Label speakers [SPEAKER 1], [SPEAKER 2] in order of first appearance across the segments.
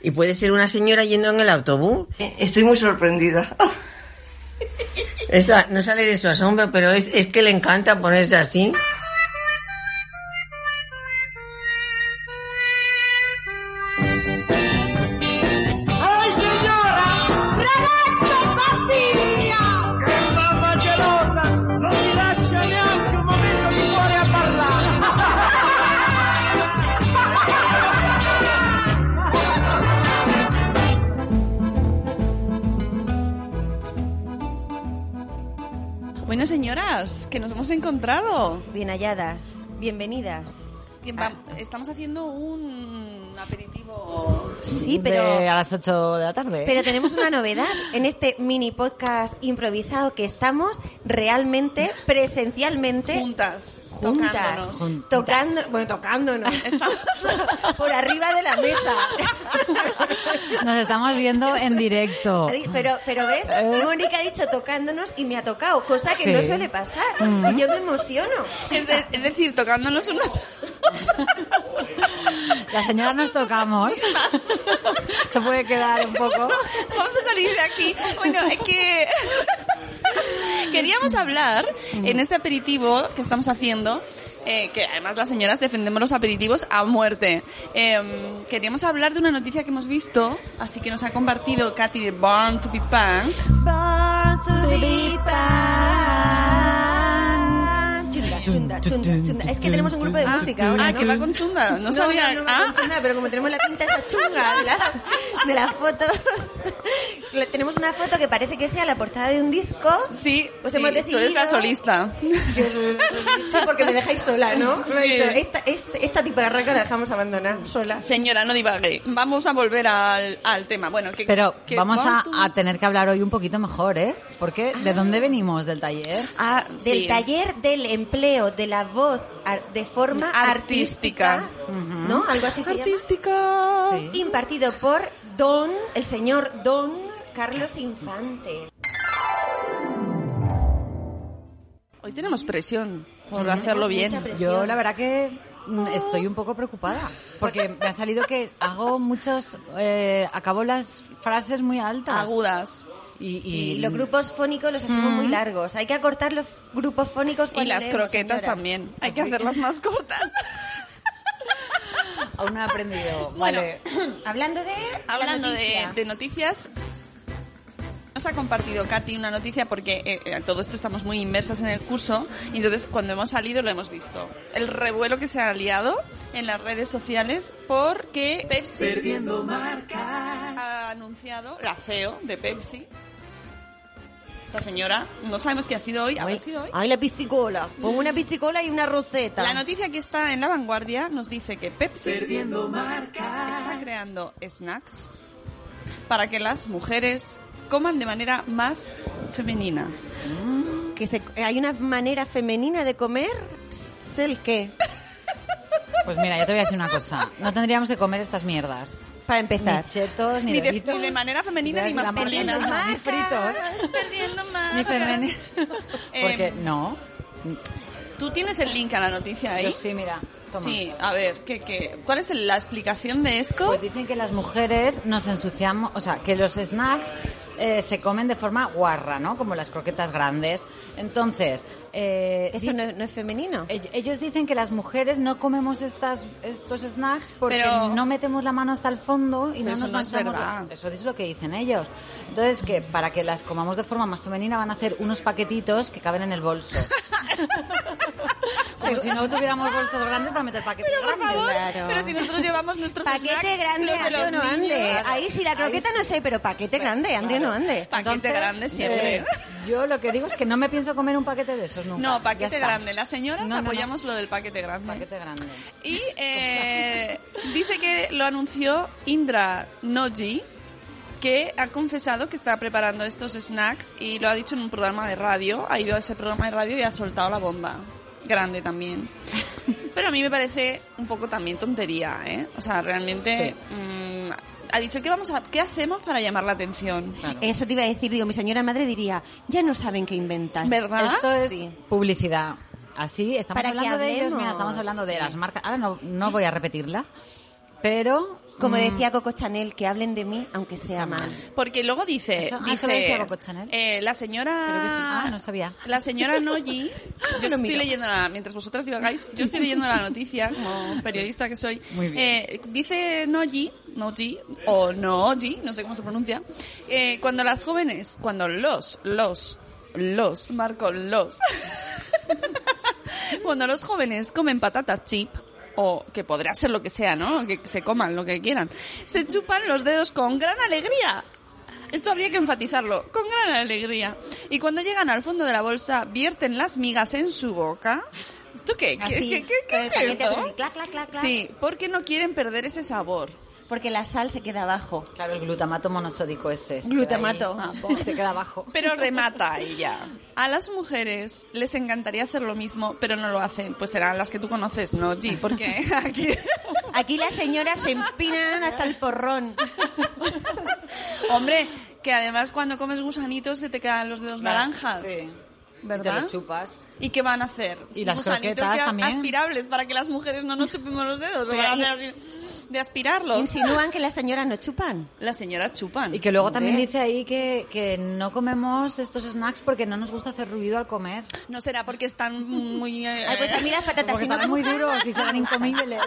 [SPEAKER 1] ¿Y puede ser una señora yendo en el autobús?
[SPEAKER 2] Eh, Estoy muy sorprendida.
[SPEAKER 1] Esta no sale de su asombro, pero es, es que le encanta ponerse así.
[SPEAKER 3] Bueno, señoras, que nos hemos encontrado.
[SPEAKER 4] Bien halladas, bienvenidas.
[SPEAKER 3] Va- Estamos haciendo un aperitivo.
[SPEAKER 4] Sí,
[SPEAKER 5] De-
[SPEAKER 4] pero,
[SPEAKER 5] a las 8 de la tarde.
[SPEAKER 4] pero tenemos una novedad en este mini podcast improvisado que estamos realmente, presencialmente,
[SPEAKER 3] Juntas.
[SPEAKER 4] juntas,
[SPEAKER 3] Tocándonos.
[SPEAKER 4] tocando, bueno, tocándonos,
[SPEAKER 3] Estamos-
[SPEAKER 4] por arriba de la mesa.
[SPEAKER 5] Nos estamos viendo en directo.
[SPEAKER 4] Pero, pero ves, Mónica ha dicho tocándonos y me ha tocado, cosa que
[SPEAKER 5] Sí.
[SPEAKER 4] no suele pasar. Y yo me emociono.
[SPEAKER 3] Es, de- es decir, tocándonos unos.
[SPEAKER 5] Las señoras nos tocamos. Se puede quedar un poco.
[SPEAKER 3] Vamos a salir de aquí. Bueno, es que. Queríamos hablar en este aperitivo que estamos haciendo, eh, que además las señoras defendemos los aperitivos a muerte. Em, queríamos hablar de una noticia que hemos visto, así que nos ha compartido Katy de Born to be Punk.
[SPEAKER 4] Born to be punk. Chunda, chunda, chunda, chunda. Es que tenemos un grupo de música ahora,
[SPEAKER 3] Ah,
[SPEAKER 4] ¿no?
[SPEAKER 3] que va con chunda. No,
[SPEAKER 4] No,
[SPEAKER 3] sabía.
[SPEAKER 4] no, no,
[SPEAKER 3] Ah,
[SPEAKER 4] no, chunda, pero como tenemos la pinta esa chunga de las, de las fotos, le- tenemos una foto que parece que sea la portada de un disco.
[SPEAKER 3] Sí,
[SPEAKER 4] Pues
[SPEAKER 3] sí,
[SPEAKER 4] hemos
[SPEAKER 3] tú eres la
[SPEAKER 4] decidido-
[SPEAKER 3] solista.
[SPEAKER 4] Yo, sí, porque me dejáis sola, ¿no? Me ha
[SPEAKER 3] Sí.
[SPEAKER 4] dicho, Esta, esta, esta tipa de arranca la dejamos abandonar sola.
[SPEAKER 3] Señora, no divague. Vamos a volver al, al tema. Bueno, que,
[SPEAKER 5] Pero
[SPEAKER 3] que
[SPEAKER 5] vamos
[SPEAKER 3] con
[SPEAKER 5] a,
[SPEAKER 3] tu-
[SPEAKER 5] a tener que hablar hoy un poquito mejor, ¿eh? Porque ¿de dónde venimos? ¿Del taller?
[SPEAKER 3] Ah,
[SPEAKER 4] Del
[SPEAKER 3] sí.
[SPEAKER 4] taller del empleo de la voz ar- de forma
[SPEAKER 3] Artística.
[SPEAKER 4] artística, ¿no? Algo así se llama.
[SPEAKER 3] Artística.
[SPEAKER 5] Sí.
[SPEAKER 4] impartido por Don, el señor Don Carlos Infante.
[SPEAKER 3] Hoy tenemos presión por hacerlo
[SPEAKER 4] Mucha
[SPEAKER 3] bien.
[SPEAKER 4] presión.
[SPEAKER 5] Yo la verdad que mm, estoy un poco preocupada. Porque me ha salido que hago muchos... eh, acabo las frases muy altas.
[SPEAKER 3] Agudas.
[SPEAKER 5] Y, y-
[SPEAKER 4] Sí, los grupos fónicos los hacemos muy largos. Hay que acortar los grupos fónicos
[SPEAKER 3] Mm. Y
[SPEAKER 4] cuando
[SPEAKER 3] las
[SPEAKER 4] leemos,
[SPEAKER 3] croquetas
[SPEAKER 4] señoras.
[SPEAKER 3] también. Hay que hacerlas más cortas.
[SPEAKER 5] Aún no he aprendido.
[SPEAKER 3] Bueno,
[SPEAKER 5] Vale.
[SPEAKER 4] Hablando de la
[SPEAKER 3] Hablando de,
[SPEAKER 4] noticia.
[SPEAKER 3] de noticias, nos ha compartido Katy una noticia porque eh, eh, todo esto estamos muy inmersas en el curso y entonces cuando hemos salido lo hemos visto. El revuelo que se ha liado en las redes sociales porque Pepsi ha anunciado, la CEO de Pepsi, esta señora, no sabemos qué ha sido hoy, habrá sido hoy. Mm.
[SPEAKER 4] Ay, la piscicola. Pongo una piscicola y una roseta.
[SPEAKER 3] La noticia que está en La Vanguardia nos dice que Pepsi está creando snacks para que las mujeres coman de manera más femenina.
[SPEAKER 4] que se- hay una manera femenina de comer. ¿Es el qué?
[SPEAKER 5] Pues mira, yo te voy a decir una cosa. No tendríamos que comer estas mierdas.
[SPEAKER 4] Para
[SPEAKER 5] Ni
[SPEAKER 4] empezar.
[SPEAKER 5] chetos, ni,
[SPEAKER 3] Ni de,
[SPEAKER 5] doritos.
[SPEAKER 3] ni de manera femenina
[SPEAKER 5] Ni
[SPEAKER 3] ni
[SPEAKER 5] de la
[SPEAKER 3] masculina.
[SPEAKER 5] manera-
[SPEAKER 4] Marcas.
[SPEAKER 5] ni fritos.
[SPEAKER 3] Perdiendo más.
[SPEAKER 5] Ni femenina.
[SPEAKER 3] Em,
[SPEAKER 5] Porque no.
[SPEAKER 3] Tú tienes el link a la noticia
[SPEAKER 5] Yo
[SPEAKER 3] ahí.
[SPEAKER 5] sí, mira. toma.
[SPEAKER 3] Sí, a ver, ¿qué, qué? cuál es la explicación de esto?
[SPEAKER 5] Pues dicen que las mujeres nos ensuciamos, o sea, que los snacks eh, se comen de forma guarra, ¿no? Como las croquetas grandes. Entonces, eh,
[SPEAKER 4] Eso
[SPEAKER 5] dice-
[SPEAKER 4] no, no es
[SPEAKER 3] Eh,
[SPEAKER 4] femenino.
[SPEAKER 5] Ell- Ellos dicen que las mujeres no comemos estas, estos snacks porque
[SPEAKER 3] Pero-
[SPEAKER 5] no metemos la mano hasta el fondo y
[SPEAKER 3] Pero
[SPEAKER 5] no
[SPEAKER 3] eso
[SPEAKER 5] nos
[SPEAKER 3] no es
[SPEAKER 5] manchamos la-
[SPEAKER 3] verdad.
[SPEAKER 5] Eso es lo que dicen ellos. Entonces, que para que las comamos de forma más femenina van a hacer unos paquetitos que caben en el bolso. Como si no tuviéramos bolsos grandes para meter paquetes
[SPEAKER 3] Pero por
[SPEAKER 5] grandes.
[SPEAKER 3] favor,
[SPEAKER 4] claro.
[SPEAKER 3] pero si nosotros llevamos nuestros
[SPEAKER 4] Paquete
[SPEAKER 3] snacks,
[SPEAKER 4] grande,
[SPEAKER 3] los de
[SPEAKER 4] ande
[SPEAKER 3] los
[SPEAKER 4] o no
[SPEAKER 3] niños.
[SPEAKER 4] ande. Ahí sí, la croqueta no sé, pero paquete grande, ande o no ande.
[SPEAKER 3] Paquete grande siempre.
[SPEAKER 5] Eh, yo lo que digo es que no me pienso comer un paquete de esos nunca.
[SPEAKER 3] No,
[SPEAKER 5] Ya
[SPEAKER 3] paquete
[SPEAKER 5] está.
[SPEAKER 3] grande. Las señoras
[SPEAKER 5] No, no, no.
[SPEAKER 3] apoyamos lo del paquete grande.
[SPEAKER 5] Paquete grande.
[SPEAKER 3] Y eh, dice que lo anunció Indra Noji, que ha confesado que está preparando estos snacks y lo ha dicho en un programa de radio. Ha ido a ese programa de radio y ha soltado la bomba. Grande también. Pero a mí me parece un poco también tontería, ¿eh? O sea, realmente... mm, ha dicho que vamos a... ¿Qué hacemos para llamar la atención?
[SPEAKER 5] Claro.
[SPEAKER 4] Eso te iba a decir, digo, mi señora madre diría, ya no saben qué inventan.
[SPEAKER 3] ¿Verdad?
[SPEAKER 5] Esto es
[SPEAKER 4] ¿Ah? Sí.
[SPEAKER 5] publicidad. Así, estamos
[SPEAKER 4] Para que
[SPEAKER 5] hablando de ellos,
[SPEAKER 4] hablemos.
[SPEAKER 5] mira, estamos hablando de
[SPEAKER 4] Sí.
[SPEAKER 5] las marcas. Ahora no, no voy a repetirla, pero...
[SPEAKER 4] Como
[SPEAKER 5] mm,
[SPEAKER 4] decía Coco Chanel, que hablen de mí aunque sea mal.
[SPEAKER 3] Porque luego dice,
[SPEAKER 5] Eso- ah, eso lo decía
[SPEAKER 3] dice
[SPEAKER 5] Coco Chanel.
[SPEAKER 3] eh, la señora,
[SPEAKER 5] Creo que sí. Ah, no sabía.
[SPEAKER 3] la señora Noji, yo estoy
[SPEAKER 4] miro.
[SPEAKER 3] leyendo la, mientras vosotras divagáis, yo estoy leyendo la noticia como periodista que soy.
[SPEAKER 5] Muy bien.
[SPEAKER 3] Eh, dice Noji, Noji o Noji, no sé cómo se pronuncia, eh, cuando las jóvenes, cuando los, los, los, marco los, cuando los jóvenes comen patatas chip, o que podrá ser lo que sea, ¿no? Que se coman lo que quieran, se chupan los dedos con gran alegría. Esto habría que enfatizarlo, con gran alegría. Y cuando llegan al fondo de la bolsa, vierten las migas en su boca. ¿Esto qué? ¿Qué,
[SPEAKER 4] Así,
[SPEAKER 3] qué- qué- qué
[SPEAKER 4] con el
[SPEAKER 3] es
[SPEAKER 4] paquete
[SPEAKER 3] esto?
[SPEAKER 4] así, clac, clac, clac, clac.
[SPEAKER 3] Sí, porque no quieren perder ese sabor.
[SPEAKER 4] Porque la sal se queda abajo.
[SPEAKER 5] Claro, el glutamato monosódico ese. se
[SPEAKER 4] Glutamato.
[SPEAKER 5] queda ahí, Ah, Se queda abajo.
[SPEAKER 3] Pero remata ella. A las mujeres les encantaría hacer lo mismo, pero no lo hacen. Pues serán las que tú conoces, ¿no, G? Porque aquí...
[SPEAKER 4] Aquí las señoras se empinan hasta el porrón.
[SPEAKER 3] Hombre, que además cuando comes gusanitos se te quedan los dedos naranjas.
[SPEAKER 5] Sí. Y te
[SPEAKER 3] ¿Verdad?
[SPEAKER 5] los chupas.
[SPEAKER 3] ¿Y qué van a hacer?
[SPEAKER 5] Y las
[SPEAKER 3] Gusanitos
[SPEAKER 5] croquetas
[SPEAKER 3] de a-
[SPEAKER 5] también.
[SPEAKER 3] aspirables para que las mujeres no nos chupemos los dedos.
[SPEAKER 4] Pero
[SPEAKER 3] van a
[SPEAKER 4] y-
[SPEAKER 3] hacer así de aspirarlos.
[SPEAKER 4] Insinúan que las señoras no chupan.
[SPEAKER 3] Las señoras chupan.
[SPEAKER 5] Y que luego
[SPEAKER 4] Hombre.
[SPEAKER 5] también dice ahí que, que no comemos estos snacks porque no nos gusta hacer ruido al comer.
[SPEAKER 3] No será porque están muy... eh,
[SPEAKER 4] Ay, pues a mí las patatas,
[SPEAKER 5] Porque
[SPEAKER 4] si no
[SPEAKER 5] están
[SPEAKER 4] como-
[SPEAKER 5] muy duros y serán incomibles.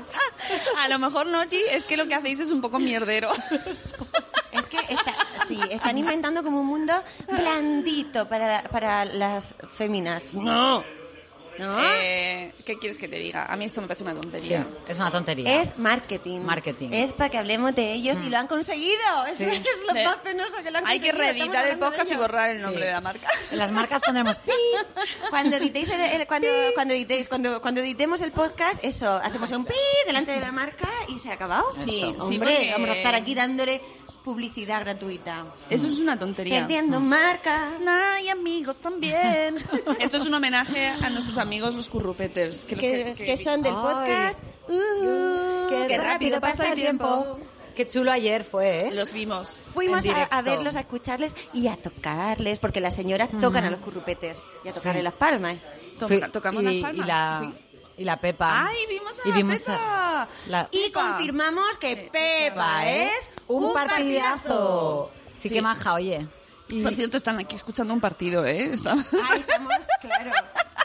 [SPEAKER 3] a lo mejor, Nochi, es que lo que hacéis es un poco mierdero.
[SPEAKER 4] Es que está- sí, están inventando como un mundo blandito para, para las féminas. No. No.
[SPEAKER 3] Eh, ¿Qué quieres que te diga? A mí esto me parece una
[SPEAKER 5] Sí,
[SPEAKER 3] tontería.
[SPEAKER 5] es una tontería.
[SPEAKER 4] es marketing.
[SPEAKER 5] Marketing.
[SPEAKER 4] Es para que hablemos de ellos y lo han conseguido. Es-
[SPEAKER 5] Sí.
[SPEAKER 4] Es, lo
[SPEAKER 3] Mm. De-
[SPEAKER 4] más penoso que lo han
[SPEAKER 3] Hay que
[SPEAKER 4] conseguido. Estamos
[SPEAKER 3] reeditar el
[SPEAKER 4] hablando de
[SPEAKER 3] podcast y
[SPEAKER 4] ellos.
[SPEAKER 3] borrar el nombre
[SPEAKER 5] Sí.
[SPEAKER 3] de la marca.
[SPEAKER 5] En las marcas pondremos pi.
[SPEAKER 4] Cuando editéis el, el- cuando, cuando editéis, cuando, cuando editemos el podcast, eso, hacemos un pi delante de la marca y se ha acabado.
[SPEAKER 3] Sí, sí,
[SPEAKER 4] hombre,
[SPEAKER 3] porque-
[SPEAKER 4] vamos a estar aquí dándole publicidad gratuita.
[SPEAKER 3] Eso es una tontería.
[SPEAKER 4] Perdiendo marcas.
[SPEAKER 3] Ay, amigos también. Esto es un homenaje a nuestros amigos los currupeters. Que, los
[SPEAKER 4] que,
[SPEAKER 3] que-
[SPEAKER 4] que son del
[SPEAKER 5] Ay.
[SPEAKER 4] podcast. Uh,
[SPEAKER 5] Qué
[SPEAKER 4] qué rápido pasa el tiempo.
[SPEAKER 5] Qué chulo ayer fue, ¿eh?
[SPEAKER 3] Los vimos.
[SPEAKER 4] Fuimos
[SPEAKER 5] En
[SPEAKER 4] a, a
[SPEAKER 5] directo.
[SPEAKER 4] verlos, a escucharlos y a tocarles, porque las señoras tocan a los currupeters y a tocarle las palmas.
[SPEAKER 3] To-
[SPEAKER 5] Fui-
[SPEAKER 3] tocamos
[SPEAKER 5] y,
[SPEAKER 3] las palmas.
[SPEAKER 5] Y la,
[SPEAKER 3] ¿sí?
[SPEAKER 5] y la Pepa.
[SPEAKER 3] ¡Ay, vimos a
[SPEAKER 5] Y
[SPEAKER 3] la
[SPEAKER 5] vimos
[SPEAKER 3] Pepa!
[SPEAKER 5] a- la-
[SPEAKER 4] Y
[SPEAKER 3] Pepa.
[SPEAKER 4] confirmamos que Pepa
[SPEAKER 5] Pepa
[SPEAKER 4] es
[SPEAKER 5] ¿eh? un partidazo. Sí,
[SPEAKER 3] Sí.
[SPEAKER 5] que maja, oye. Y-
[SPEAKER 3] Por cierto, están aquí escuchando un partido, ¿eh? Están-
[SPEAKER 4] Ahí estamos, claro.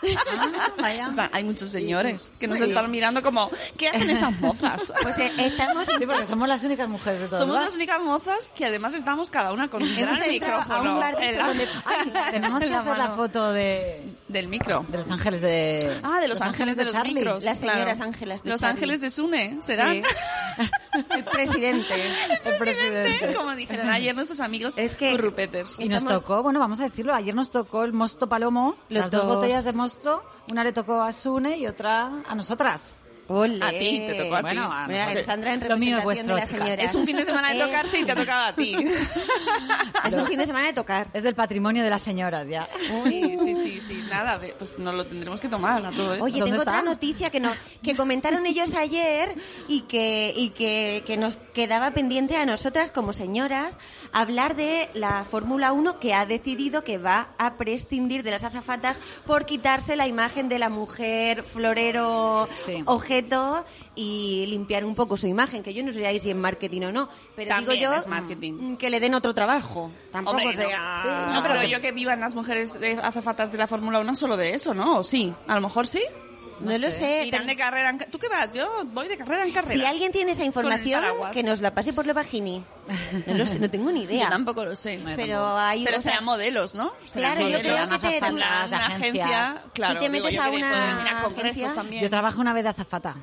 [SPEAKER 5] Ah, vaya.
[SPEAKER 3] están- hay muchos señores que nos
[SPEAKER 5] Sí.
[SPEAKER 3] están mirando como, ¿qué hacen esas mozas?
[SPEAKER 4] Pues eh, estamos
[SPEAKER 5] Sí, porque somos las únicas mujeres de todo
[SPEAKER 3] Somos
[SPEAKER 5] el bar.
[SPEAKER 3] las únicas mozas que además estamos cada una con un gran
[SPEAKER 4] hemos entrado a
[SPEAKER 3] micrófono
[SPEAKER 4] un bar de
[SPEAKER 3] en
[SPEAKER 4] estos
[SPEAKER 3] la-
[SPEAKER 4] donde-
[SPEAKER 5] Ay, tenemos que
[SPEAKER 3] en la
[SPEAKER 5] hacer la
[SPEAKER 3] mano.
[SPEAKER 5] foto de,
[SPEAKER 3] del micro.
[SPEAKER 5] de Los Ángeles de...
[SPEAKER 3] Ah, de los, ángeles, de los
[SPEAKER 5] Charlie.
[SPEAKER 3] micros.
[SPEAKER 4] Las
[SPEAKER 3] claro.
[SPEAKER 4] señoras ángeles de
[SPEAKER 3] Los
[SPEAKER 4] Charlie.
[SPEAKER 3] ángeles de Sune, ¿serán?
[SPEAKER 4] el presidente.
[SPEAKER 5] El presidente.
[SPEAKER 3] Como dijeron ayer nuestros amigos
[SPEAKER 4] Es que-
[SPEAKER 3] currupeters.
[SPEAKER 5] Y nos
[SPEAKER 4] Estamos-
[SPEAKER 5] tocó, bueno, vamos a decirlo, ayer nos tocó el mosto palomo,
[SPEAKER 4] Los
[SPEAKER 5] las dos,
[SPEAKER 4] dos.
[SPEAKER 5] botellas de mosto, una le tocó a Sune y otra a nosotras.
[SPEAKER 4] Ole.
[SPEAKER 3] A ti, te tocó a ti.
[SPEAKER 5] Bueno,
[SPEAKER 4] Mira,
[SPEAKER 5] a nosotros.
[SPEAKER 4] Alexandra en
[SPEAKER 5] Lo mío
[SPEAKER 4] representación
[SPEAKER 5] es vuestro,
[SPEAKER 4] de las
[SPEAKER 5] chicas.
[SPEAKER 4] señoras.
[SPEAKER 3] Es un fin de semana de
[SPEAKER 4] Es-
[SPEAKER 3] tocarse y te ha tocado a ti.
[SPEAKER 4] Eh, Es un fin de semana de tocar.
[SPEAKER 5] Es del patrimonio de las señoras ya.
[SPEAKER 3] Sí, sí, sí, sí. Nada, ve- pues nos lo tendremos que tomar a todo esto.
[SPEAKER 4] Oye,
[SPEAKER 5] ¿Dónde
[SPEAKER 4] tengo otra
[SPEAKER 5] está?
[SPEAKER 4] noticia que, no, que comentaron ellos ayer y, que, y que, que nos quedaba pendiente a nosotras como señoras hablar de la Fórmula 1 que ha decidido que va a prescindir de las azafatas por quitarse la imagen de la mujer florero
[SPEAKER 5] Sí.
[SPEAKER 4] ojete objeto y limpiar un poco su imagen, que yo no sé ahí si es marketing o no, pero
[SPEAKER 3] También
[SPEAKER 4] digo yo
[SPEAKER 3] es marketing.
[SPEAKER 4] mm, que le den otro trabajo. Tampoco
[SPEAKER 3] Hombre,
[SPEAKER 4] sé.
[SPEAKER 3] no,
[SPEAKER 4] pues, Sí,
[SPEAKER 3] no creo yo que vivan las mujeres de azafatas de la Fórmula 1 solo de eso, ¿no? ¿O sí? A lo mejor sí.
[SPEAKER 4] no lo sé.
[SPEAKER 3] Irán de carrera en ca- ¿Tú qué vas? Yo voy de carrera en carrera.
[SPEAKER 4] Eh, Si alguien tiene esa información,
[SPEAKER 3] paraguas.
[SPEAKER 4] que nos la pase por la vagini. No lo sé, no tengo ni idea.
[SPEAKER 3] Yo tampoco lo sé.
[SPEAKER 4] Pero hay
[SPEAKER 3] Pero
[SPEAKER 4] o sea,
[SPEAKER 3] serán modelos, ¿no? Serán
[SPEAKER 4] Claro, yo
[SPEAKER 3] modelos.
[SPEAKER 4] creo que te-
[SPEAKER 3] Serán
[SPEAKER 5] las
[SPEAKER 3] una
[SPEAKER 5] agencias.
[SPEAKER 3] agencia, claro.
[SPEAKER 4] Tú te
[SPEAKER 3] digo
[SPEAKER 4] metes
[SPEAKER 3] yo
[SPEAKER 4] a
[SPEAKER 3] que
[SPEAKER 4] una
[SPEAKER 3] pueden venir a congresos
[SPEAKER 4] agencia.
[SPEAKER 3] también.
[SPEAKER 5] Yo trabajo una vez de azafata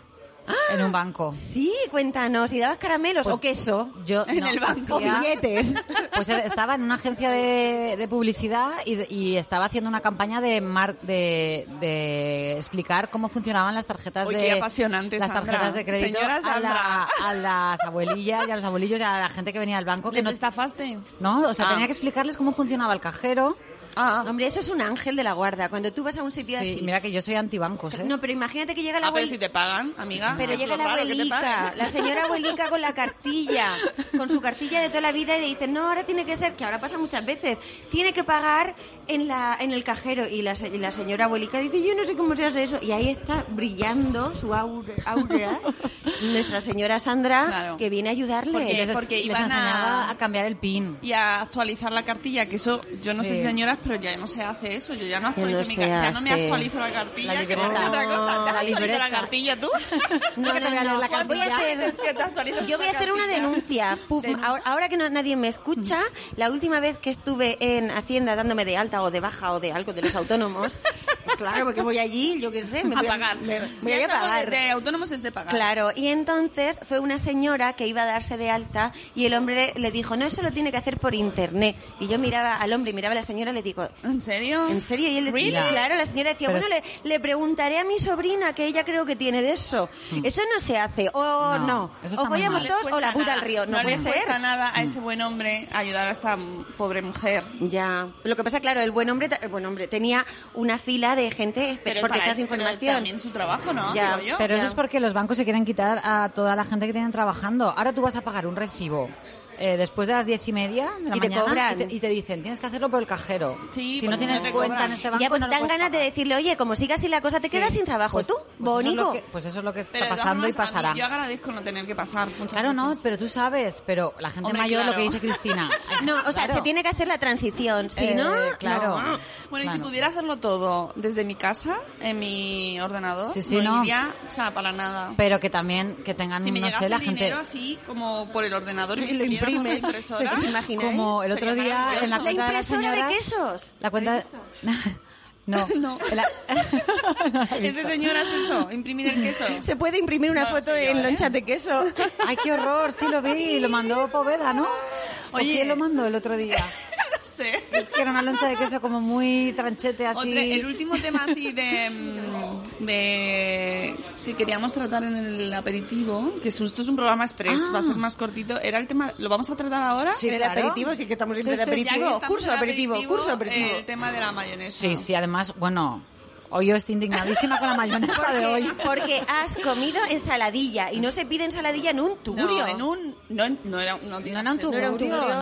[SPEAKER 5] en un banco.
[SPEAKER 4] Sí, cuéntanos. ¿Y dabas caramelos
[SPEAKER 3] Pues,
[SPEAKER 4] o queso?
[SPEAKER 5] Yo,
[SPEAKER 3] En
[SPEAKER 5] no,
[SPEAKER 3] el banco.
[SPEAKER 5] hacía-
[SPEAKER 4] O billetes.
[SPEAKER 5] Pues era- estaba en una agencia de, de publicidad y, de- y estaba haciendo una campaña de, mar- de, de explicar cómo funcionaban las tarjetas
[SPEAKER 3] Uy,
[SPEAKER 5] de
[SPEAKER 3] qué apasionante,
[SPEAKER 5] las
[SPEAKER 3] Sandra.
[SPEAKER 5] tarjetas de crédito
[SPEAKER 3] Señora
[SPEAKER 5] a, la-
[SPEAKER 3] Sandra.
[SPEAKER 5] a las abuelillas y a los abuelillos y a la gente que venía al banco que
[SPEAKER 3] ¿Les
[SPEAKER 5] no,
[SPEAKER 3] estafaste?
[SPEAKER 5] no, o sea,
[SPEAKER 3] Ah.
[SPEAKER 5] tenía que explicarles cómo funcionaba el cajero.
[SPEAKER 3] Ah,
[SPEAKER 4] Hombre, eso es un ángel de la guarda. Cuando tú vas a un sitio
[SPEAKER 5] Sí,
[SPEAKER 4] así.
[SPEAKER 5] mira que yo soy antibancos, ¿eh?
[SPEAKER 4] No, pero imagínate que llega la
[SPEAKER 3] Ah, pero
[SPEAKER 4] abuelita.
[SPEAKER 3] si te pagan, amiga.
[SPEAKER 4] Pero
[SPEAKER 3] es lo
[SPEAKER 4] llega la
[SPEAKER 3] raro que te
[SPEAKER 4] abuelita,
[SPEAKER 3] paguen.
[SPEAKER 4] la señora abuelita con la cartilla, con su cartilla de toda la vida y le dicen, no, ahora tiene que ser, que ahora pasa muchas veces, tiene que pagar en la en el cajero. Y la, se- y la señora abuelita dice, yo no sé cómo se hace eso. Y ahí está brillando su aura, aura, nuestra señora Sandra,
[SPEAKER 3] Claro.
[SPEAKER 4] que viene a ayudarle.
[SPEAKER 5] Y
[SPEAKER 3] Porque-
[SPEAKER 5] les,
[SPEAKER 3] porque
[SPEAKER 5] les
[SPEAKER 3] iban a-
[SPEAKER 5] enseñaba a... cambiar el pin.
[SPEAKER 3] Y a actualizar la cartilla, que eso, yo no sé
[SPEAKER 5] Sí.
[SPEAKER 3] señoras, pero ya no se hace eso. Yo ya no
[SPEAKER 4] Que
[SPEAKER 3] actualizo
[SPEAKER 4] no
[SPEAKER 3] mi
[SPEAKER 4] se
[SPEAKER 3] cartilla, ya no me
[SPEAKER 4] hace.
[SPEAKER 3] actualizo la cartilla,
[SPEAKER 5] La
[SPEAKER 3] que me
[SPEAKER 5] libreta.
[SPEAKER 3] hace otra cosa. ¿Te
[SPEAKER 5] La
[SPEAKER 3] has actualizado la
[SPEAKER 5] libreta.
[SPEAKER 3] cartilla tú?
[SPEAKER 4] No, no, no. Voy a hacer-
[SPEAKER 3] Que te actualizas
[SPEAKER 4] yo voy a
[SPEAKER 3] la
[SPEAKER 4] hacer una
[SPEAKER 3] cartilla.
[SPEAKER 4] denuncia. Puf,
[SPEAKER 3] Denuncia. Mm.
[SPEAKER 4] ahora, ahora que no- nadie me escucha, la última vez que estuve en Hacienda dándome de alta o de baja o de algo de los autónomos, claro, porque voy allí, yo qué sé, me
[SPEAKER 3] A
[SPEAKER 4] voy
[SPEAKER 3] pagar.
[SPEAKER 4] Me, me
[SPEAKER 3] Si
[SPEAKER 4] voy a
[SPEAKER 3] es algo de-
[SPEAKER 4] pagar.
[SPEAKER 3] De autónomos es de pagar.
[SPEAKER 4] Claro, y entonces fue una señora que iba a darse de alta y el hombre le dijo, no, eso lo tiene que hacer por internet. Y yo miraba al hombre y miraba a la señora y le digo,
[SPEAKER 3] ¿En serio?
[SPEAKER 4] ¿En serio? Y él decía,
[SPEAKER 3] Really?
[SPEAKER 4] claro, la señora decía,
[SPEAKER 5] Pero
[SPEAKER 4] bueno, le, le preguntaré a mi sobrina, que ella creo que tiene de eso. Eso no se hace, o
[SPEAKER 5] Hmm. No,
[SPEAKER 4] no.
[SPEAKER 5] eso
[SPEAKER 4] O
[SPEAKER 5] está muy
[SPEAKER 4] follamos
[SPEAKER 5] mal.
[SPEAKER 3] les
[SPEAKER 4] todos o
[SPEAKER 3] cuesta
[SPEAKER 4] la puta
[SPEAKER 3] nada.
[SPEAKER 4] al río. No,
[SPEAKER 3] No
[SPEAKER 4] puede
[SPEAKER 3] les cuesta
[SPEAKER 4] ser. Mm.
[SPEAKER 3] nada a ese buen hombre ayudar a esta m- pobre mujer.
[SPEAKER 4] Ya. Lo que pasa, claro, el buen hombre, ta- el buen hombre tenía una fila de gente espe-
[SPEAKER 3] Pero
[SPEAKER 4] porque
[SPEAKER 3] para
[SPEAKER 4] te hace
[SPEAKER 3] eso tiene
[SPEAKER 4] información.
[SPEAKER 3] también su trabajo, ¿no?
[SPEAKER 4] Ya,
[SPEAKER 3] Digo yo.
[SPEAKER 5] Pero eso
[SPEAKER 4] Ya.
[SPEAKER 5] es porque los bancos se quieren quitar a toda la gente que tienen trabajando. Ahora tú vas a pagar un recibo eh, después de las diez y media de la
[SPEAKER 4] Y te
[SPEAKER 5] mañana
[SPEAKER 4] cobran.
[SPEAKER 5] Y, te, y te dicen tienes que hacerlo por el cajero.
[SPEAKER 3] Sí,
[SPEAKER 5] si
[SPEAKER 3] porque
[SPEAKER 5] no tienes
[SPEAKER 3] no te
[SPEAKER 5] cuenta
[SPEAKER 3] cobran.
[SPEAKER 5] en este banco,
[SPEAKER 4] ya pues
[SPEAKER 5] no lo
[SPEAKER 4] dan
[SPEAKER 5] puedes
[SPEAKER 4] ganas de
[SPEAKER 5] pagar.
[SPEAKER 4] decirle, oye, como sigas así la cosa, te quedas sin trabajo.
[SPEAKER 5] Pues-
[SPEAKER 4] ¿Tú?
[SPEAKER 5] pues eso es lo
[SPEAKER 4] Bonico.
[SPEAKER 5] que- Pues eso es lo que está
[SPEAKER 3] Pero de todas
[SPEAKER 5] pasando y
[SPEAKER 3] formas, a mí-
[SPEAKER 5] pasará.
[SPEAKER 3] Yo agradezco no tener que pasar. muchas
[SPEAKER 5] Claro, no,
[SPEAKER 3] veces.
[SPEAKER 5] pero tú sabes, pero la gente
[SPEAKER 3] Hombre,
[SPEAKER 5] mayor,
[SPEAKER 3] claro.
[SPEAKER 5] lo que dice Cristina.
[SPEAKER 4] No, o sea,
[SPEAKER 5] Claro.
[SPEAKER 4] se tiene que hacer la transición. Si
[SPEAKER 5] Eh,
[SPEAKER 4] no,
[SPEAKER 5] claro.
[SPEAKER 4] no.
[SPEAKER 3] Bueno, y si
[SPEAKER 5] Claro.
[SPEAKER 3] pudiera hacerlo todo desde mi casa, en mi ordenador,
[SPEAKER 5] Sí, sí, no.
[SPEAKER 3] iría, o sea, para nada.
[SPEAKER 5] Pero que también, que tengan,
[SPEAKER 3] si me
[SPEAKER 5] no
[SPEAKER 3] llegase
[SPEAKER 5] sé, la
[SPEAKER 3] el
[SPEAKER 5] gente...
[SPEAKER 3] dinero así, como por el ordenador y me
[SPEAKER 4] Y lo
[SPEAKER 3] saliera por la
[SPEAKER 4] imprime.
[SPEAKER 3] impresora,
[SPEAKER 4] ¿Os imagináis?
[SPEAKER 5] Como el otro
[SPEAKER 3] Sería
[SPEAKER 5] día en la
[SPEAKER 3] maravilloso.
[SPEAKER 4] La
[SPEAKER 5] cuenta de las
[SPEAKER 4] impresora de
[SPEAKER 5] señoras...
[SPEAKER 4] quesos.
[SPEAKER 5] La cuenta... No.
[SPEAKER 3] No.
[SPEAKER 5] En la- No la he
[SPEAKER 3] Es de
[SPEAKER 5] visto.
[SPEAKER 3] señoras eso, imprimir el queso.
[SPEAKER 4] Se puede imprimir una
[SPEAKER 3] No lo
[SPEAKER 4] foto
[SPEAKER 3] sé yo,
[SPEAKER 4] en
[SPEAKER 3] ¿eh?
[SPEAKER 4] lonchas de queso.
[SPEAKER 5] Ay, qué horror, sí lo vi, lo mandó Poveda, ¿no? ¿O
[SPEAKER 3] Oye.
[SPEAKER 5] quién lo mandó el otro día?
[SPEAKER 3] No sé.
[SPEAKER 5] Es que era una loncha de queso como muy tranchete así.
[SPEAKER 3] Otra- el último tema así de, mm, de- que queríamos tratar en el aperitivo, que esto es un programa express, va a ser más cortito, era el tema, ¿lo vamos a tratar ahora?
[SPEAKER 5] Ah. Sí,
[SPEAKER 6] en el
[SPEAKER 5] claro.
[SPEAKER 6] aperitivo, sí que estamos siempre
[SPEAKER 5] Sí,
[SPEAKER 6] en el
[SPEAKER 5] sí,
[SPEAKER 3] Ya
[SPEAKER 5] sí.
[SPEAKER 3] que
[SPEAKER 6] aperitivo.
[SPEAKER 3] estamos
[SPEAKER 6] Curso
[SPEAKER 3] en
[SPEAKER 6] aperitivo, curso aperitivo.
[SPEAKER 3] El tema de la mayonesa.
[SPEAKER 5] Sí, sí, además, bueno, hoy yo estoy indignadísima con la mayonesa de hoy.
[SPEAKER 4] Porque has comido ensaladilla y no se pide ensaladilla en un
[SPEAKER 3] No,
[SPEAKER 4] tugurio.
[SPEAKER 3] en un... No, no era, no
[SPEAKER 5] No
[SPEAKER 3] tiene
[SPEAKER 5] era un
[SPEAKER 3] acceso.
[SPEAKER 5] tugurio, no, era un,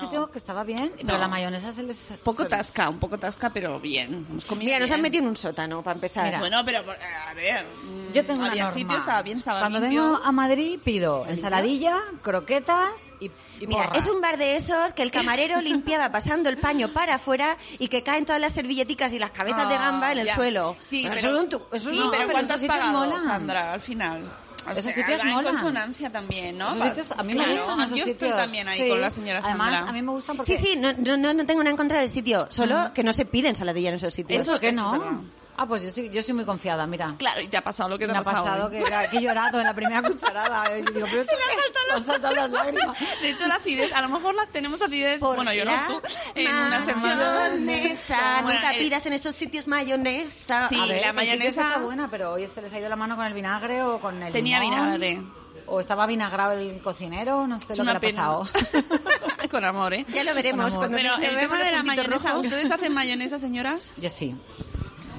[SPEAKER 5] sitio
[SPEAKER 3] No.
[SPEAKER 5] que estaba bien,
[SPEAKER 3] No.
[SPEAKER 5] pero la mayonesa se les...
[SPEAKER 3] poco
[SPEAKER 5] se les-
[SPEAKER 3] tasca, un poco tasca, pero bien. Hemos comido
[SPEAKER 4] Mira, nos
[SPEAKER 3] bien.
[SPEAKER 4] han metido en un sótano para empezar.
[SPEAKER 5] Mira.
[SPEAKER 3] Bueno, pero eh, a ver... mm,
[SPEAKER 5] Yo tengo
[SPEAKER 3] había
[SPEAKER 5] una norma.
[SPEAKER 3] sitio, estaba bien, estaba
[SPEAKER 5] Cuando
[SPEAKER 3] limpio.
[SPEAKER 5] vengo a Madrid pido ensaladilla, croquetas y, y
[SPEAKER 4] Mira,
[SPEAKER 5] porras.
[SPEAKER 4] es un bar de esos que el camarero limpiaba pasando el paño para afuera y que caen todas las servilleticas y las cabezas de gamba en el
[SPEAKER 3] Ah, ya.
[SPEAKER 4] suelo.
[SPEAKER 3] Sí,
[SPEAKER 4] Bueno,
[SPEAKER 3] pero,
[SPEAKER 4] eso es un tu- eso
[SPEAKER 3] sí,
[SPEAKER 4] es un-
[SPEAKER 3] pero
[SPEAKER 5] pero
[SPEAKER 3] ¿cuánto
[SPEAKER 5] esos
[SPEAKER 3] has
[SPEAKER 5] sitios
[SPEAKER 3] pagado,
[SPEAKER 5] molan.
[SPEAKER 3] Sandra, al final? O
[SPEAKER 5] Esos
[SPEAKER 3] sea,
[SPEAKER 5] sitios
[SPEAKER 3] va en
[SPEAKER 5] molan.
[SPEAKER 3] consonancia también, ¿no?
[SPEAKER 5] Esos
[SPEAKER 3] Va-
[SPEAKER 5] sitios, a mí
[SPEAKER 3] Claro, ah,
[SPEAKER 5] me gustan esos
[SPEAKER 3] Yo estoy
[SPEAKER 5] sitios.
[SPEAKER 3] también ahí
[SPEAKER 5] Sí.
[SPEAKER 3] con la señora Sandra.
[SPEAKER 5] Además, a mí me gustan porque...
[SPEAKER 4] Sí, sí, no, no, no, no tengo nada en contra del sitio, solo que no se pide ensaladilla en esos sitios.
[SPEAKER 3] Ah. Eso-
[SPEAKER 5] ¿Por qué
[SPEAKER 3] es verdad.
[SPEAKER 5] no? Ah, pues yo soy, yo soy muy confiada, mira.
[SPEAKER 3] Claro, y te ha pasado ¿eh? lo que te
[SPEAKER 5] Me ha pasado
[SPEAKER 3] hoy.
[SPEAKER 5] que, que he llorado en la primera cucharada. Yo digo, pero esto qué? Me han saltado las lágrimas.
[SPEAKER 3] De hecho, la acidez, a lo mejor la tenemos acidez,
[SPEAKER 4] Por
[SPEAKER 3] bueno, yo no,
[SPEAKER 4] la
[SPEAKER 3] tú, en una semana.
[SPEAKER 4] Mayonesa,
[SPEAKER 3] Bueno, eh,
[SPEAKER 4] nunca
[SPEAKER 3] el-
[SPEAKER 4] pidas en esos sitios mayonesa.
[SPEAKER 3] Ah, Sí,
[SPEAKER 5] A ver,
[SPEAKER 3] la
[SPEAKER 5] que sí que
[SPEAKER 3] mayonesa-
[SPEAKER 5] está buena, pero hoy se les ha ido la mano con el vinagre o con el
[SPEAKER 3] Tenía
[SPEAKER 5] limón.
[SPEAKER 3] vinagre.
[SPEAKER 5] O estaba vinagrado el cocinero, no sé
[SPEAKER 3] Es
[SPEAKER 5] lo que le
[SPEAKER 3] una
[SPEAKER 5] ha pasado.
[SPEAKER 3] pena. Con amor, ¿eh?
[SPEAKER 4] Ya lo veremos.
[SPEAKER 5] Con amor.
[SPEAKER 4] cuando
[SPEAKER 3] Pero
[SPEAKER 4] nos
[SPEAKER 3] el
[SPEAKER 4] vemos
[SPEAKER 3] tema
[SPEAKER 4] los
[SPEAKER 3] de la
[SPEAKER 4] puntitos
[SPEAKER 3] mayonesa,
[SPEAKER 4] rojos.
[SPEAKER 3] ¿ustedes hacen mayonesa, señoras?
[SPEAKER 5] Yo sí.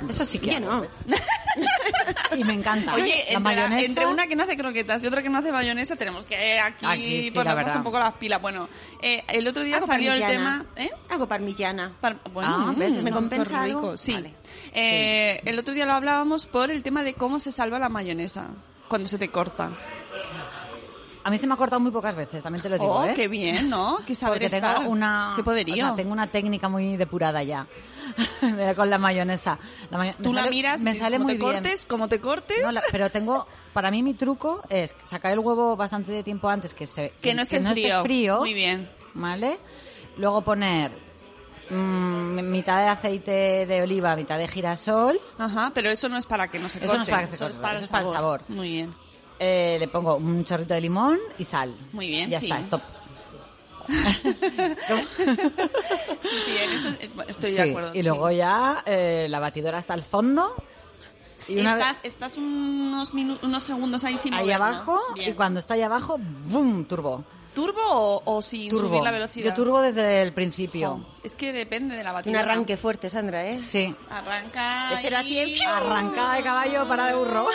[SPEAKER 5] Eso sí que
[SPEAKER 4] Yo
[SPEAKER 5] hago.
[SPEAKER 4] no.
[SPEAKER 5] Y me encanta.
[SPEAKER 3] Oye,
[SPEAKER 5] la
[SPEAKER 3] entre,
[SPEAKER 5] mayonesa.
[SPEAKER 3] la- entre una que no hace croquetas y otra que no hace mayonesa, tenemos que eh, aquí,
[SPEAKER 5] Aquí sí, la
[SPEAKER 3] ponernos
[SPEAKER 5] verdad.
[SPEAKER 3] un poco las pilas. Bueno, eh, el otro día
[SPEAKER 4] Hago
[SPEAKER 3] salió el tema...
[SPEAKER 4] parmigiana.
[SPEAKER 3] ¿eh?
[SPEAKER 4] Hago parmigiana.
[SPEAKER 3] Par- bueno, mm,
[SPEAKER 5] Ah,
[SPEAKER 3] ¿ves?
[SPEAKER 4] ¿Me
[SPEAKER 3] Eso,
[SPEAKER 4] compensa
[SPEAKER 3] qué rico.
[SPEAKER 4] algo?
[SPEAKER 3] Sí.
[SPEAKER 4] Vale.
[SPEAKER 3] Eh, El otro día lo hablábamos por el tema de cómo se salva la mayonesa cuando se te corta.
[SPEAKER 5] A mí se me ha cortado muy pocas veces, también te lo digo.
[SPEAKER 3] oh,
[SPEAKER 5] ¿eh?
[SPEAKER 3] qué bien, ¿no? Qué saber
[SPEAKER 5] Porque tengo
[SPEAKER 3] estar.
[SPEAKER 5] una,
[SPEAKER 3] Qué poderío.
[SPEAKER 5] o sea, tengo una técnica muy depurada ya de- con la mayonesa. La mayo-
[SPEAKER 3] Tú
[SPEAKER 5] me
[SPEAKER 3] la
[SPEAKER 5] sale-
[SPEAKER 3] miras,
[SPEAKER 5] me
[SPEAKER 3] dices,
[SPEAKER 5] sale
[SPEAKER 3] ¿cómo
[SPEAKER 5] muy
[SPEAKER 3] te
[SPEAKER 5] bien.
[SPEAKER 3] cortes, como te cortes.
[SPEAKER 5] No, la- pero tengo, para mí mi truco es sacar el huevo bastante de tiempo antes que se
[SPEAKER 3] Que no esté frío.
[SPEAKER 5] frío,
[SPEAKER 3] Muy bien.
[SPEAKER 5] ¿vale? Luego poner mm, mitad de aceite de oliva, mitad de girasol,
[SPEAKER 3] Ajá, pero eso no es para que no se
[SPEAKER 5] Eso no
[SPEAKER 3] corte.
[SPEAKER 5] es para que se
[SPEAKER 3] eso es
[SPEAKER 5] corte,
[SPEAKER 3] para,
[SPEAKER 5] eso
[SPEAKER 3] el
[SPEAKER 5] es para el
[SPEAKER 3] sabor.
[SPEAKER 5] sabor.
[SPEAKER 3] Muy bien.
[SPEAKER 5] eh, le pongo un chorrito de limón y sal.
[SPEAKER 3] Muy bien,
[SPEAKER 5] Ya
[SPEAKER 3] sí.
[SPEAKER 5] está, stop.
[SPEAKER 3] Sí, sí, en eso eh, estoy
[SPEAKER 5] Sí,
[SPEAKER 3] de acuerdo.
[SPEAKER 5] Y
[SPEAKER 3] sí.
[SPEAKER 5] luego ya eh, la batidora hasta el fondo. Y una vez-
[SPEAKER 3] estás, estás unos, minu- unos segundos ahí sin
[SPEAKER 5] ahí
[SPEAKER 3] mover, ¿no?
[SPEAKER 5] abajo
[SPEAKER 3] Bien.
[SPEAKER 5] y cuando está ahí abajo, ¡boom! Turbo.
[SPEAKER 3] ¿Turbo o, o sin
[SPEAKER 5] turbo.
[SPEAKER 3] subir la velocidad?
[SPEAKER 5] Yo turbo desde el principio.
[SPEAKER 3] Jo, Es que depende de la
[SPEAKER 4] Un
[SPEAKER 3] batidora.
[SPEAKER 4] arranque fuerte, Sandra, ¿eh?
[SPEAKER 5] Sí.
[SPEAKER 3] Arranca.
[SPEAKER 4] De cero a
[SPEAKER 3] y-
[SPEAKER 4] cien, ¡fiu!
[SPEAKER 5] Arrancada de caballo, para de burro.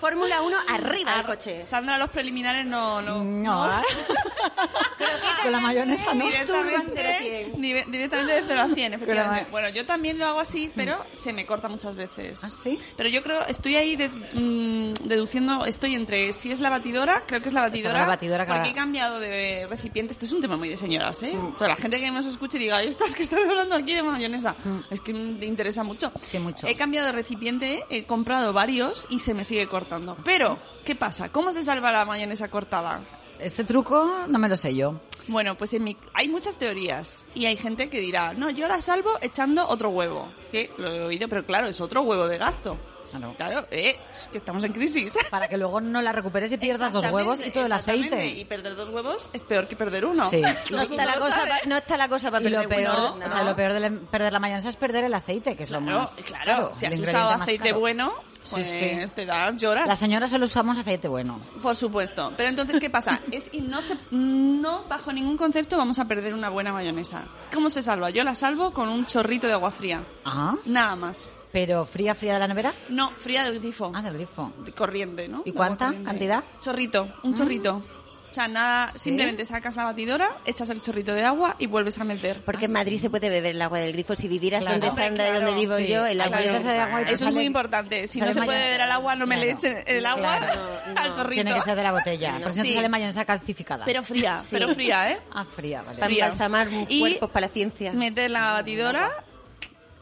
[SPEAKER 4] Fórmula 1 arriba del
[SPEAKER 3] Ar-
[SPEAKER 4] coche.
[SPEAKER 3] Sandra, los preliminares no. no,
[SPEAKER 5] No, ¿eh? Con la mayonesa no.
[SPEAKER 4] turban cero a
[SPEAKER 3] Directamente,
[SPEAKER 4] cien.
[SPEAKER 3] dire- directamente de 0 a 100, efectivamente.
[SPEAKER 5] Pero-
[SPEAKER 3] Bueno, yo también lo hago así, pero se me corta muchas veces.
[SPEAKER 5] Mm. ¿Ah, sí?
[SPEAKER 3] Pero yo creo, estoy ahí de- mm, deduciendo, estoy entre si es la batidora, creo que es la
[SPEAKER 5] Será
[SPEAKER 3] batidora,
[SPEAKER 5] la batidora,
[SPEAKER 3] porque
[SPEAKER 5] claro. Mm.
[SPEAKER 3] he cambiado de recipiente. Este es un tema muy de señoras, ¿eh? Pero la gente que nos escuche diga, "Ay, estas que están hablando aquí de mayonesa, es que mm, te interesa mucho.
[SPEAKER 5] Sí, mucho.
[SPEAKER 3] He cambiado de recipiente, he comprado varios y se me sigue cortando. Pero, ¿qué pasa? ¿Cómo se salva la mayonesa cortada?
[SPEAKER 5] Ese truco no me lo sé yo.
[SPEAKER 3] Bueno, pues en mi- hay muchas teorías y hay gente que dirá, no, yo la salvo echando otro huevo. Que lo he oído, pero claro, es otro huevo de gasto.
[SPEAKER 5] Claro.
[SPEAKER 3] Claro, eh, ch, que estamos en crisis.
[SPEAKER 5] Para que luego no la recuperes y pierdas los
[SPEAKER 3] Exactamente,
[SPEAKER 5] huevos y todo el
[SPEAKER 3] exactamente.
[SPEAKER 5] aceite.
[SPEAKER 3] Y perder dos huevos es peor que perder uno.
[SPEAKER 5] Sí.
[SPEAKER 4] No
[SPEAKER 3] Todo el
[SPEAKER 4] está,
[SPEAKER 3] mundo
[SPEAKER 4] la
[SPEAKER 3] lo
[SPEAKER 4] cosa
[SPEAKER 3] sabe.
[SPEAKER 4] pa- no está la cosa para
[SPEAKER 5] Y lo
[SPEAKER 4] perder huevos,
[SPEAKER 5] peor,
[SPEAKER 4] no.
[SPEAKER 5] o sea, lo peor de la- perder la mayonesa es perder el aceite, que es lo
[SPEAKER 3] Claro,
[SPEAKER 5] más.
[SPEAKER 3] claro, si
[SPEAKER 5] el
[SPEAKER 3] has
[SPEAKER 5] ingrediente
[SPEAKER 3] usado
[SPEAKER 5] más
[SPEAKER 3] aceite
[SPEAKER 5] caro.
[SPEAKER 3] bueno,
[SPEAKER 5] Sí,
[SPEAKER 3] pues
[SPEAKER 5] sí.
[SPEAKER 3] te da llorar.
[SPEAKER 5] Las señoras solo usamos aceite bueno.
[SPEAKER 3] Por supuesto. Pero entonces, ¿qué pasa? Es, y no, se, no, bajo ningún concepto, vamos a perder una buena mayonesa. ¿Cómo se salva? Yo la salvo con un chorrito de agua fría.
[SPEAKER 5] Ah,
[SPEAKER 3] Nada más.
[SPEAKER 5] pero fría, fría de la nevera.
[SPEAKER 3] No, fría del grifo.
[SPEAKER 5] Ah, del grifo.
[SPEAKER 3] De corriente, ¿no? De
[SPEAKER 5] ¿Y
[SPEAKER 3] agua
[SPEAKER 5] cuánta
[SPEAKER 3] corriente.
[SPEAKER 5] cantidad? Ah.
[SPEAKER 3] Chorrito, un chorrito. O sea, nada,
[SPEAKER 5] ¿Sí?
[SPEAKER 3] simplemente sacas la batidora, echas el chorrito de agua y vuelves a meter.
[SPEAKER 4] Porque en Madrid se puede beber el agua del grifo. Si vivieras
[SPEAKER 5] Ah, Claro.
[SPEAKER 4] donde
[SPEAKER 5] Hombre,
[SPEAKER 4] Sandra y
[SPEAKER 3] claro,
[SPEAKER 4] donde vivo
[SPEAKER 5] sí.
[SPEAKER 4] yo, el
[SPEAKER 5] Hay
[SPEAKER 4] agua...
[SPEAKER 5] que
[SPEAKER 4] no-
[SPEAKER 5] echarse de agua y-
[SPEAKER 3] Eso
[SPEAKER 5] sale-
[SPEAKER 3] es muy importante. Si
[SPEAKER 5] sale
[SPEAKER 3] no se puede
[SPEAKER 5] mayonesa.
[SPEAKER 3] beber al agua, no me le
[SPEAKER 5] Claro.
[SPEAKER 3] echen el agua
[SPEAKER 5] Claro.
[SPEAKER 3] al chorrito.
[SPEAKER 5] Tiene que ser de la botella. Por si no te
[SPEAKER 3] Sí.
[SPEAKER 5] sale mayonesa calcificada.
[SPEAKER 3] Pero fría, pero fría, ¿eh?
[SPEAKER 5] Ah, fría, vale.
[SPEAKER 4] Para
[SPEAKER 3] Fría.
[SPEAKER 4] embalsamar
[SPEAKER 3] Y-
[SPEAKER 4] cuerpos para la ciencia.
[SPEAKER 3] meter la batidora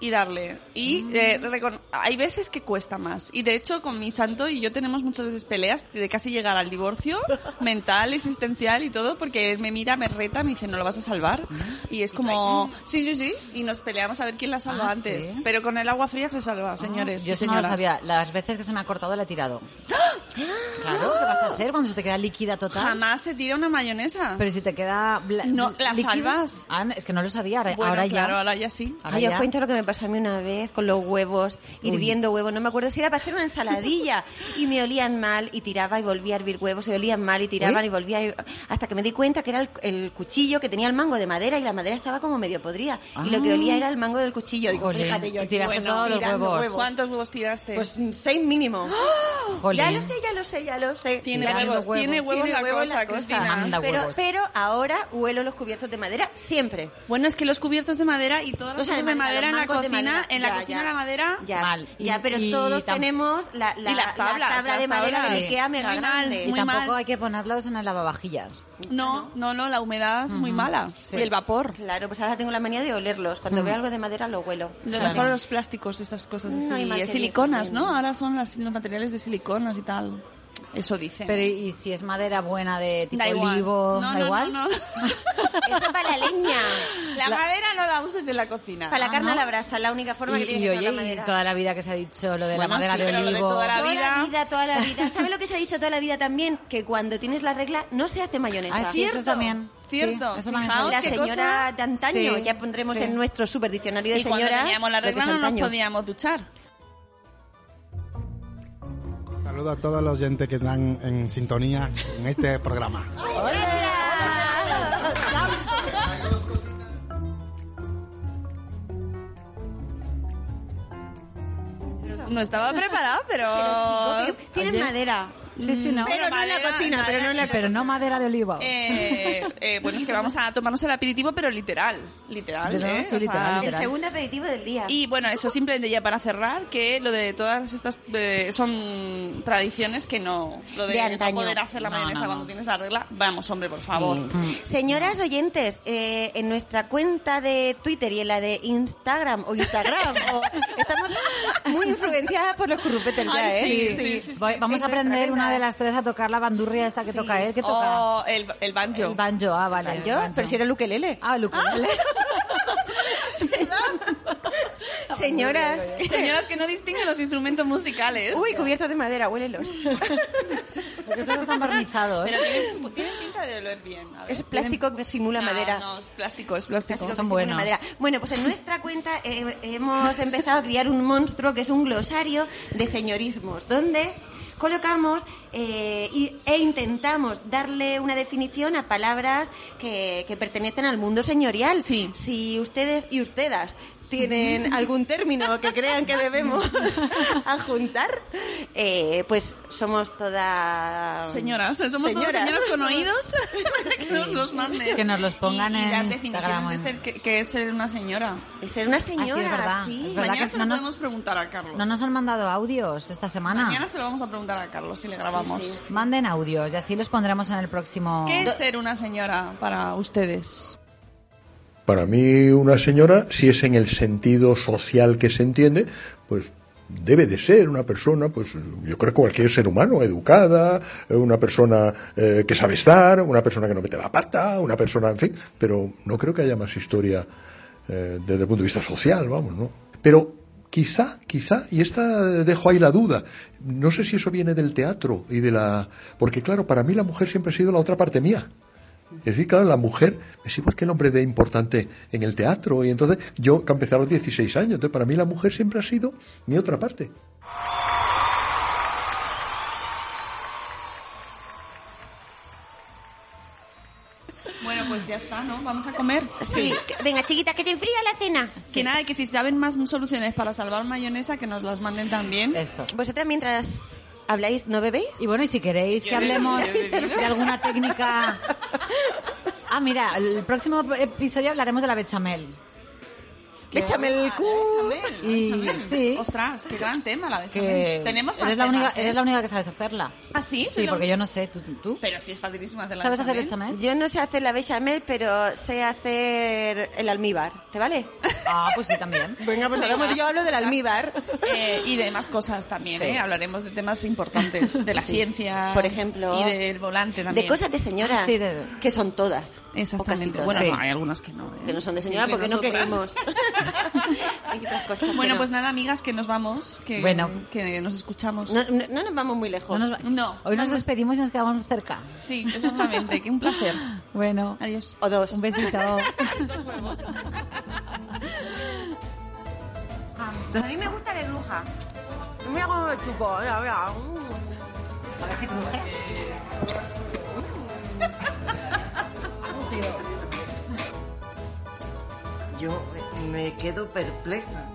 [SPEAKER 3] y darle. Y
[SPEAKER 5] Mm.
[SPEAKER 3] eh, recon- hay veces que cuesta más. Y de hecho, con mi santo y yo tenemos muchas veces peleas de casi llegar al divorcio mental, existencial y todo, porque él me mira, me reta, me dice, no lo vas a salvar.
[SPEAKER 5] Mm.
[SPEAKER 3] Y es como, sí, sí, sí. Y nos peleamos a ver quién la salva
[SPEAKER 5] Ah,
[SPEAKER 3] antes.
[SPEAKER 5] ¿sí?
[SPEAKER 3] Pero con el agua fría se salva, señores.
[SPEAKER 5] Ah, yo
[SPEAKER 3] y
[SPEAKER 5] eso no lo
[SPEAKER 3] señoras. ¡Ah!
[SPEAKER 5] sabía. Las veces que se me ha cortado la he tirado. Claro, ¿qué vas a hacer cuando se te queda líquida total?
[SPEAKER 3] Jamás se tira una mayonesa.
[SPEAKER 5] Pero si te queda bla-
[SPEAKER 3] No, ¿la
[SPEAKER 5] líquida-
[SPEAKER 3] salvas?
[SPEAKER 5] Ah, no, es que no lo sabía. Ahora,
[SPEAKER 3] bueno,
[SPEAKER 5] ahora
[SPEAKER 3] claro,
[SPEAKER 5] ya.
[SPEAKER 3] ahora ya sí.
[SPEAKER 5] ahora
[SPEAKER 4] Ay, os
[SPEAKER 5] ya.
[SPEAKER 4] cuento lo que me pasó a mí una vez con los huevos, hirviendo huevos. No me acuerdo si era para hacer una ensaladilla. y me olían mal y tiraba y volvía a hervir huevos. Se olían mal y tiraban
[SPEAKER 5] Uy.
[SPEAKER 4] y volvía. a- Hasta que me di cuenta que era el, el cuchillo que tenía el mango de madera y la madera estaba como medio podrida. Y lo que
[SPEAKER 5] Ah.
[SPEAKER 4] olía era el mango del cuchillo. Digo,
[SPEAKER 5] Jolín,
[SPEAKER 4] fíjate yo.
[SPEAKER 5] y tiraste
[SPEAKER 4] bueno,
[SPEAKER 5] todos los
[SPEAKER 4] tirando
[SPEAKER 5] huevos.
[SPEAKER 3] ¿Cuántos huevos tiraste?
[SPEAKER 4] Pues mm, seis mínimo.
[SPEAKER 5] Jolín.
[SPEAKER 4] Ya lo sé, ya lo sé, ya lo sé.
[SPEAKER 3] tiene
[SPEAKER 5] tirando
[SPEAKER 3] huevos,
[SPEAKER 5] huevos.
[SPEAKER 3] tiene huevos
[SPEAKER 4] Tiene
[SPEAKER 3] la
[SPEAKER 4] huevos
[SPEAKER 3] cosa,
[SPEAKER 4] la cosa.
[SPEAKER 3] Cristina.
[SPEAKER 5] Anda
[SPEAKER 4] Pero,
[SPEAKER 5] huevos.
[SPEAKER 4] pero ahora huelo los cubiertos de madera siempre.
[SPEAKER 3] Bueno, es que los cubiertos de madera y todas las
[SPEAKER 4] O sea,
[SPEAKER 3] cosas de madera en la
[SPEAKER 4] los
[SPEAKER 3] cocina,
[SPEAKER 4] marcos de madera.
[SPEAKER 3] en la
[SPEAKER 4] Ya,
[SPEAKER 3] cocina
[SPEAKER 4] ya.
[SPEAKER 3] la madera,
[SPEAKER 4] Ya,
[SPEAKER 5] Mal.
[SPEAKER 4] ya,
[SPEAKER 5] Y-
[SPEAKER 4] pero
[SPEAKER 5] y
[SPEAKER 4] todos
[SPEAKER 5] tam-
[SPEAKER 4] tenemos la, la,
[SPEAKER 3] y las tablas,
[SPEAKER 4] la tabla
[SPEAKER 3] las
[SPEAKER 4] de madera
[SPEAKER 3] tablas.
[SPEAKER 4] de Ikea mega
[SPEAKER 3] Muy mal,
[SPEAKER 4] grande.
[SPEAKER 5] y
[SPEAKER 3] muy
[SPEAKER 5] tampoco
[SPEAKER 3] mal.
[SPEAKER 5] hay que ponerlos en el lavavajillas.
[SPEAKER 3] no, no, no, la humedad es muy mala
[SPEAKER 5] Sí.
[SPEAKER 3] y el vapor.
[SPEAKER 4] Claro, pues ahora tengo la manía de olerlos.
[SPEAKER 5] Mm.
[SPEAKER 4] Cuando veo algo de madera lo huelo.
[SPEAKER 3] Lo
[SPEAKER 5] Claro.
[SPEAKER 3] mejor los plásticos, esas cosas así,
[SPEAKER 4] No hay mal que bien
[SPEAKER 3] siliconas,
[SPEAKER 4] también.
[SPEAKER 3] ¿no? Ahora son las- los materiales de siliconas y tal. Eso dice.
[SPEAKER 5] Pero y si es madera buena de tipo
[SPEAKER 3] da igual.
[SPEAKER 5] olivo,
[SPEAKER 3] no,
[SPEAKER 5] da
[SPEAKER 3] no,
[SPEAKER 5] igual.
[SPEAKER 3] no, no.
[SPEAKER 4] Eso para la leña.
[SPEAKER 3] La, madera no la uses en la cocina.
[SPEAKER 4] Para la
[SPEAKER 5] Ah,
[SPEAKER 4] carne a
[SPEAKER 5] ¿no?
[SPEAKER 4] la brasa, la única forma
[SPEAKER 5] Y,
[SPEAKER 4] que tiene
[SPEAKER 5] y,
[SPEAKER 4] que tener
[SPEAKER 5] oye,
[SPEAKER 4] la
[SPEAKER 5] y
[SPEAKER 4] madera.
[SPEAKER 5] toda la vida que se ha dicho lo de
[SPEAKER 3] Bueno,
[SPEAKER 5] la madera
[SPEAKER 3] sí,
[SPEAKER 5] de
[SPEAKER 3] pero lo de
[SPEAKER 5] olivo.
[SPEAKER 3] toda la
[SPEAKER 4] Toda
[SPEAKER 3] vida.
[SPEAKER 4] la vida, toda la vida. ¿Sabes lo que se ha dicho toda la vida también? Que cuando tienes la regla no se hace mayonesa.
[SPEAKER 5] Ah, sí, eso también.
[SPEAKER 3] Cierto,
[SPEAKER 5] Sí, eso también
[SPEAKER 3] fijaos
[SPEAKER 5] sabía.
[SPEAKER 4] La
[SPEAKER 3] qué
[SPEAKER 4] señora
[SPEAKER 3] cosa.
[SPEAKER 4] de antaño,
[SPEAKER 5] Sí,
[SPEAKER 4] ya pondremos
[SPEAKER 5] sí.
[SPEAKER 4] en nuestro super diccionario de
[SPEAKER 3] Y cuando
[SPEAKER 4] señora.
[SPEAKER 3] teníamos la
[SPEAKER 4] lo que es
[SPEAKER 3] regla no nos
[SPEAKER 4] antaño.
[SPEAKER 3] podíamos duchar.
[SPEAKER 2] Saludo a todos los oyentes que están en sintonía en este programa.
[SPEAKER 3] No estaba preparada, pero... mm.
[SPEAKER 4] Pero chico, que- tienen madera.
[SPEAKER 5] Sí, sí, no.
[SPEAKER 3] Pero
[SPEAKER 6] Pero no en la
[SPEAKER 3] madera,
[SPEAKER 6] cocina, pero no en la
[SPEAKER 5] Pero no madera de oliva.
[SPEAKER 3] Eh, eh, bueno, es que vamos a tomarnos el aperitivo, pero literal, literal,
[SPEAKER 5] Literal,
[SPEAKER 3] ¿eh?
[SPEAKER 5] sí,
[SPEAKER 3] O sea,
[SPEAKER 5] literal,
[SPEAKER 4] El
[SPEAKER 5] literal.
[SPEAKER 4] segundo aperitivo del día.
[SPEAKER 3] Y bueno, eso simplemente ya para cerrar, que lo de todas estas eh, son tradiciones que no... Lo de,
[SPEAKER 4] De
[SPEAKER 3] no
[SPEAKER 4] antaño.
[SPEAKER 3] poder hacer la
[SPEAKER 5] No,
[SPEAKER 3] mayonesa
[SPEAKER 5] no, Mm. no.
[SPEAKER 3] cuando tienes la regla, vamos, hombre, por favor.
[SPEAKER 4] Señoras oyentes, eh, en nuestra cuenta de Twitter y en la de Instagram o Instagram, o- estamos muy influenciadas por los currupetes ya,
[SPEAKER 3] Ay,
[SPEAKER 4] ¿eh?
[SPEAKER 3] sí, sí, sí, sí.
[SPEAKER 5] Voy- vamos
[SPEAKER 4] Nuestra
[SPEAKER 5] a aprender
[SPEAKER 4] reina.
[SPEAKER 5] una de las tres a tocar la bandurria esta que
[SPEAKER 4] Sí.
[SPEAKER 5] toca él. ¿Qué toca?
[SPEAKER 3] O el, el banjo.
[SPEAKER 5] El banjo, ah, vale. el
[SPEAKER 4] Yo,
[SPEAKER 5] banjo.
[SPEAKER 4] pero si era el ukelele.
[SPEAKER 5] Ah, el ukelele.
[SPEAKER 4] Señoras.
[SPEAKER 3] Señoras que no distinguen los instrumentos musicales.
[SPEAKER 4] Uy, cubiertos de madera, huélelos.
[SPEAKER 5] Porque esos están barnizados.
[SPEAKER 3] Pero tienen, tienen pinta de oler bien. a ver.
[SPEAKER 4] Es plástico que simula
[SPEAKER 3] No,
[SPEAKER 4] madera.
[SPEAKER 3] No, es plástico, es plástico.
[SPEAKER 4] Plástico
[SPEAKER 5] son
[SPEAKER 4] que simula
[SPEAKER 5] buenos.
[SPEAKER 4] madera. Bueno, pues en nuestra cuenta eh, hemos empezado a criar un monstruo que es un glosario de señorismos, donde colocamos eh, y- e intentamos darle una definición a palabras que, que pertenecen al mundo señorial.
[SPEAKER 3] Sí.
[SPEAKER 4] Si ustedes y ustedes tienen algún término que crean que debemos adjuntar, eh, pues somos todas...
[SPEAKER 3] Señoras, somos todas señoras con oídos que nos los manden.
[SPEAKER 5] Que nos los pongan
[SPEAKER 3] y, y
[SPEAKER 5] en
[SPEAKER 3] las
[SPEAKER 5] Instagram.
[SPEAKER 3] definiciones de ser, que, que es ser una señora.
[SPEAKER 4] Y ser una señora,
[SPEAKER 5] verdad,
[SPEAKER 4] sí.
[SPEAKER 5] es verdad.
[SPEAKER 3] Mañana
[SPEAKER 5] que
[SPEAKER 3] se
[SPEAKER 5] no
[SPEAKER 3] lo
[SPEAKER 5] nos-
[SPEAKER 3] podemos preguntar a Carlos.
[SPEAKER 5] No nos han mandado audios esta semana.
[SPEAKER 3] Mañana se lo vamos a preguntar a Carlos y le grabamos.
[SPEAKER 5] Manden audios y así los pondremos en el próximo.
[SPEAKER 3] ¿Qué es ser una señora para ustedes?
[SPEAKER 7] Para mí, una señora, si es en el sentido social que se entiende, pues debe de ser una persona, pues yo creo que cualquier ser humano, educada, eh, una persona eh, que sabe estar, una persona que no mete la pata, una persona, en fin, pero no creo que haya más historia eh, desde el punto de vista social, vamos, ¿no? Pero quizá, quizá, y esta dejo ahí la duda, no sé si eso viene del teatro y de la... Porque claro, para mí la mujer siempre ha sido la otra parte mía. Es decir, claro, la mujer es igual que el hombre de importante en el teatro. Y entonces yo que empecé a los 16 años. Entonces, para mí la mujer siempre ha sido mi otra parte.
[SPEAKER 3] Bueno, pues ya está, ¿no? Vamos a comer.
[SPEAKER 4] Sí, que- venga, chiquita, que te enfría la cena.
[SPEAKER 3] Que nada, que si saben más soluciones para salvar mayonesa, que nos las manden también.
[SPEAKER 5] Eso.
[SPEAKER 4] ¿Vosotras mientras habláis no bebéis?
[SPEAKER 5] Y bueno, y si queréis que
[SPEAKER 3] Yo he bebido,
[SPEAKER 5] hablemos
[SPEAKER 3] yo he bebido.
[SPEAKER 5] de alguna técnica. Ah, mira, el próximo episodio hablaremos de la bechamel.
[SPEAKER 4] Échame el cu.
[SPEAKER 3] Bechamel,
[SPEAKER 5] Y-
[SPEAKER 3] bechamel.
[SPEAKER 5] sí.
[SPEAKER 3] Ostras, qué gran tema la
[SPEAKER 5] Que
[SPEAKER 3] bechamel. Tenemos más
[SPEAKER 5] eres la, única,
[SPEAKER 3] temas, ¿eh?
[SPEAKER 5] eres la única que sabes hacerla.
[SPEAKER 3] ¿Ah, sí?
[SPEAKER 5] Sí, porque yo no sé. ¿Tú? tú- tú?
[SPEAKER 3] Pero sí es facilísimo hacer la
[SPEAKER 5] ¿Sabes hacer bechamel?
[SPEAKER 4] Yo no sé hacer la bechamel, pero sé hacer el almíbar. ¿Te vale?
[SPEAKER 5] Ah, pues sí, también.
[SPEAKER 4] Venga, pues hablamos, yo hablo del almíbar.
[SPEAKER 3] Eh, y de más cosas también, ¿eh? Hablaremos de temas importantes, de la
[SPEAKER 4] Sí.
[SPEAKER 3] ciencia.
[SPEAKER 4] Por ejemplo.
[SPEAKER 3] Y del volante también. Ah,
[SPEAKER 4] De cosas de señoras,
[SPEAKER 5] Sí, de-
[SPEAKER 4] que son todas. o casi
[SPEAKER 3] Exactamente.
[SPEAKER 4] todas.
[SPEAKER 3] Bueno,
[SPEAKER 5] Sí.
[SPEAKER 3] no, hay algunas que no. ¿eh?
[SPEAKER 4] Que no son de señora
[SPEAKER 3] Entre
[SPEAKER 4] porque
[SPEAKER 3] nosotras.
[SPEAKER 4] no queremos. Hay otras cosas,
[SPEAKER 3] Bueno,
[SPEAKER 4] pero-
[SPEAKER 3] pues nada, amigas, que nos vamos. Que,
[SPEAKER 5] Bueno.
[SPEAKER 3] Que nos escuchamos.
[SPEAKER 4] No, no- no nos vamos muy lejos.
[SPEAKER 5] No nos va-
[SPEAKER 3] No,
[SPEAKER 5] Hoy nos
[SPEAKER 3] vamos.
[SPEAKER 5] despedimos y nos quedamos cerca.
[SPEAKER 3] Sí, exactamente. que un placer.
[SPEAKER 5] Bueno,
[SPEAKER 3] Adiós.
[SPEAKER 4] O dos.
[SPEAKER 5] un besito.
[SPEAKER 3] Dos huevos.
[SPEAKER 4] A mí me gusta de bruja. Mira cómo me chupo. Mira, mira. Mm. Parece mujer.
[SPEAKER 8] Yo me quedo perpleja